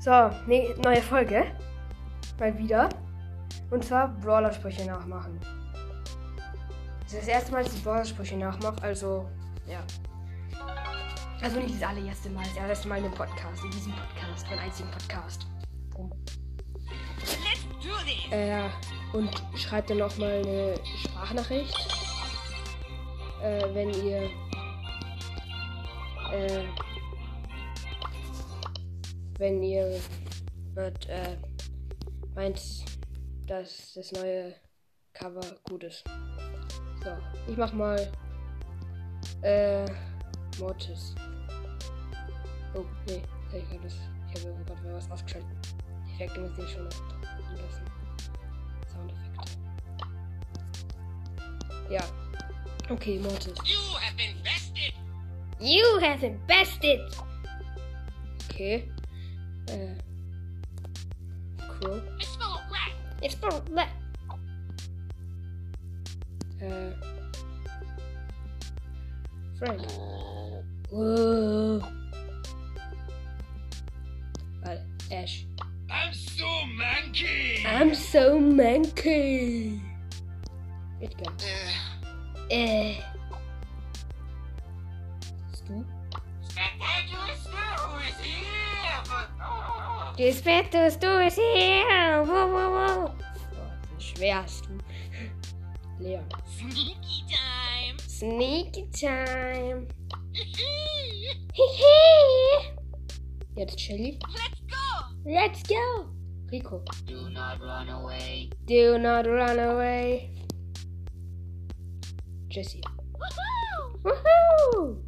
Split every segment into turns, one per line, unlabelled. So, nee, neue Folge. Mal wieder. Und zwar Brawlersprüche nachmachen. Das ist das erste Mal, dass ich Brawlersprüche nachmache, also, ja. Also nicht das allererste Mal, das allererste Mal in dem Podcast, in diesem Podcast, meinem einzigen Podcast. Boom.
Let's do this!
Äh, ja. Und schreibt dann auch mal eine Sprachnachricht. Äh, wenn ihr. Äh, wenn ihr wird, äh, meint, dass das neue Cover gut ist. So, ich mach mal. Äh, Mortis. Oh, nee, ich hab das. Ich habe gerade was ausgeschaltet. Die Effekte müssen ich schon lassen. Soundeffekte. Ja. Okay, Mortis.
You have been bested!
You have invested. Okay. Äh. Crow.
I smell a rat!
It's for that. Äh. Frank. Whoa. Äh, Ash.
I'm so monkey!
I'm so monkey. Edgar.
Uh,
Äh. Stu.
oh.
Despertus, du bist hier. Wow, wow, wow. Oh, schwersten. Leon.
Sneaky time!
Sneaky time. Jetzt Chili.
Let's go!
Let's go. Rico.
Do not run away!
Do not run away. Jesse.
Woohoo!
Woohoo!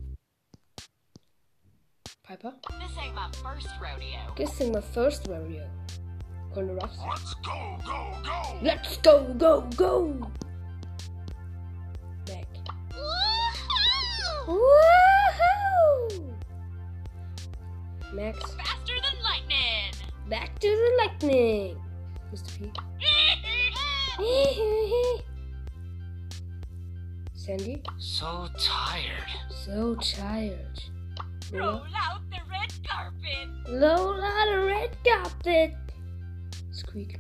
Piper.
This ain't my first rodeo.
Guessing my first rodeo. Colonel Ruffs.
Let's go, go, go!
Let's go, go, go! Mac.
Woohoo!
Woohoo! Max.
Faster than lightning!
Back to the lightning. Mr. P. Sandy.
so tired.
So tired.
Roll out the red carpet.
Lola the red carpet. Squeak.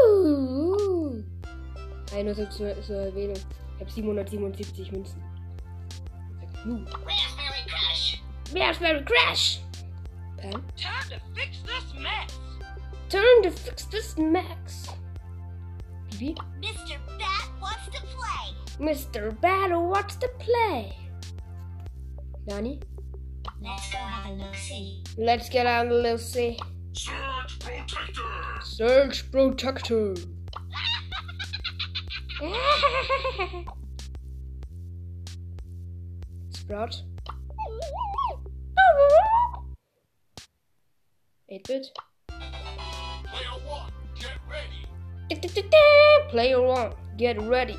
Woohoo! Nein, nur so zur, zur Erwähnung. Ich habe 777 Münzen. Perfekt. Nu.
Raspberry Crush.
Raspberry Crash! Pam.
Time to fix this mess.
Turn to fix this max. Bibi.
Mr. Bat wants to play.
Mr. Battle wants to play. Nani.
Let's go have a look see.
Let's get out of Lucy.
Surge Protector.
Search Protector. Sprout. 8-Bit.
Player one, get ready.
Player 1, get ready.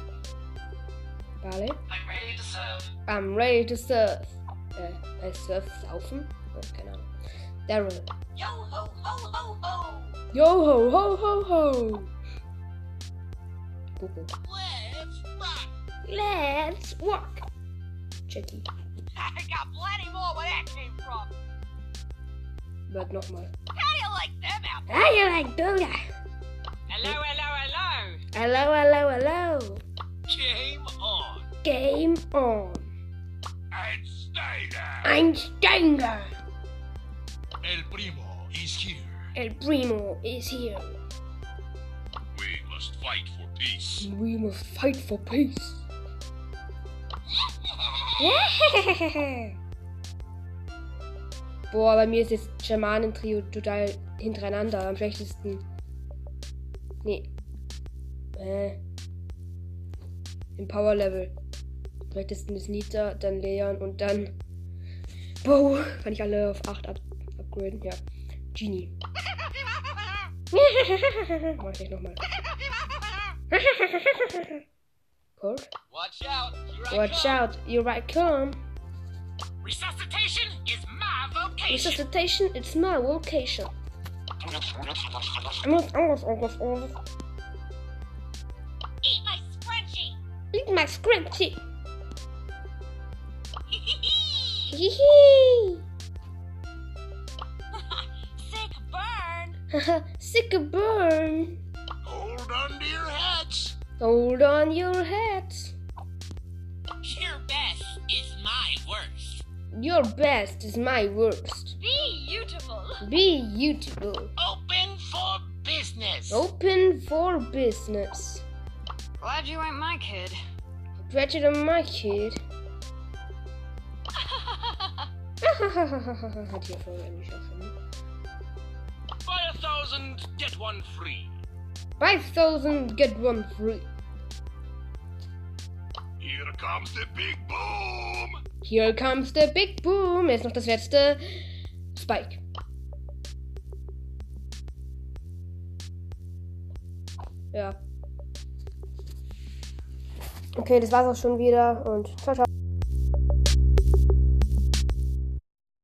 Bale,
I'm ready to serve.
I'm ready to surf. Äh, heißt surf saufen? Äh, keine Ahnung. Daryl.
Yo ho ho ho ho.
Yo ho ho ho ho. Coco.
Let's rock.
Let's walk. Jackie.
I got plenty more where that came from.
Wird nochmal.
How do you like them apples?
Ah, you like Doga.
Hello, hello, hello.
Hello, hello, hello.
Game on.
Game on.
And stay there.
Einsteiger.
El Primo is here.
El Primo is here.
We must fight for peace.
We must fight for peace. Boah, bei mir ist jetzt Schamanentrio total hintereinander am schlechtesten. Nee. Äh. Im Power Level. Am schlechtesten ist Nita, dann Leon und dann. Bo. Kann ich alle auf 8 up upgraden? Ja. Genie. Mach ich nochmal. Cold?
Watch out. Here I
Watch
come.
out, you right come.
Resuscitation is my vocation.
Resuscitation, it's my location. Alles, alles, alles, alles.
Eat my scrunchie.
Eat my scrunchy. Hihi.
Sick burn!
Haha, Sick burn.
Hold on to your hats.
Hold on your hats.
Your best is my worst.
Your best is my worst.
Be beautiful.
Be beautiful.
Open for business.
Open for business.
Glad you ain't my kid.
Ratchet and my kid. Hat hier vorher nicht erfunden.
Buy a thousand, get one free.
5000, get one free.
Here comes the big boom.
Here comes the big boom. Jetzt noch das letzte. Spike. Ja. Okay, das war's auch schon wieder und ciao, ciao.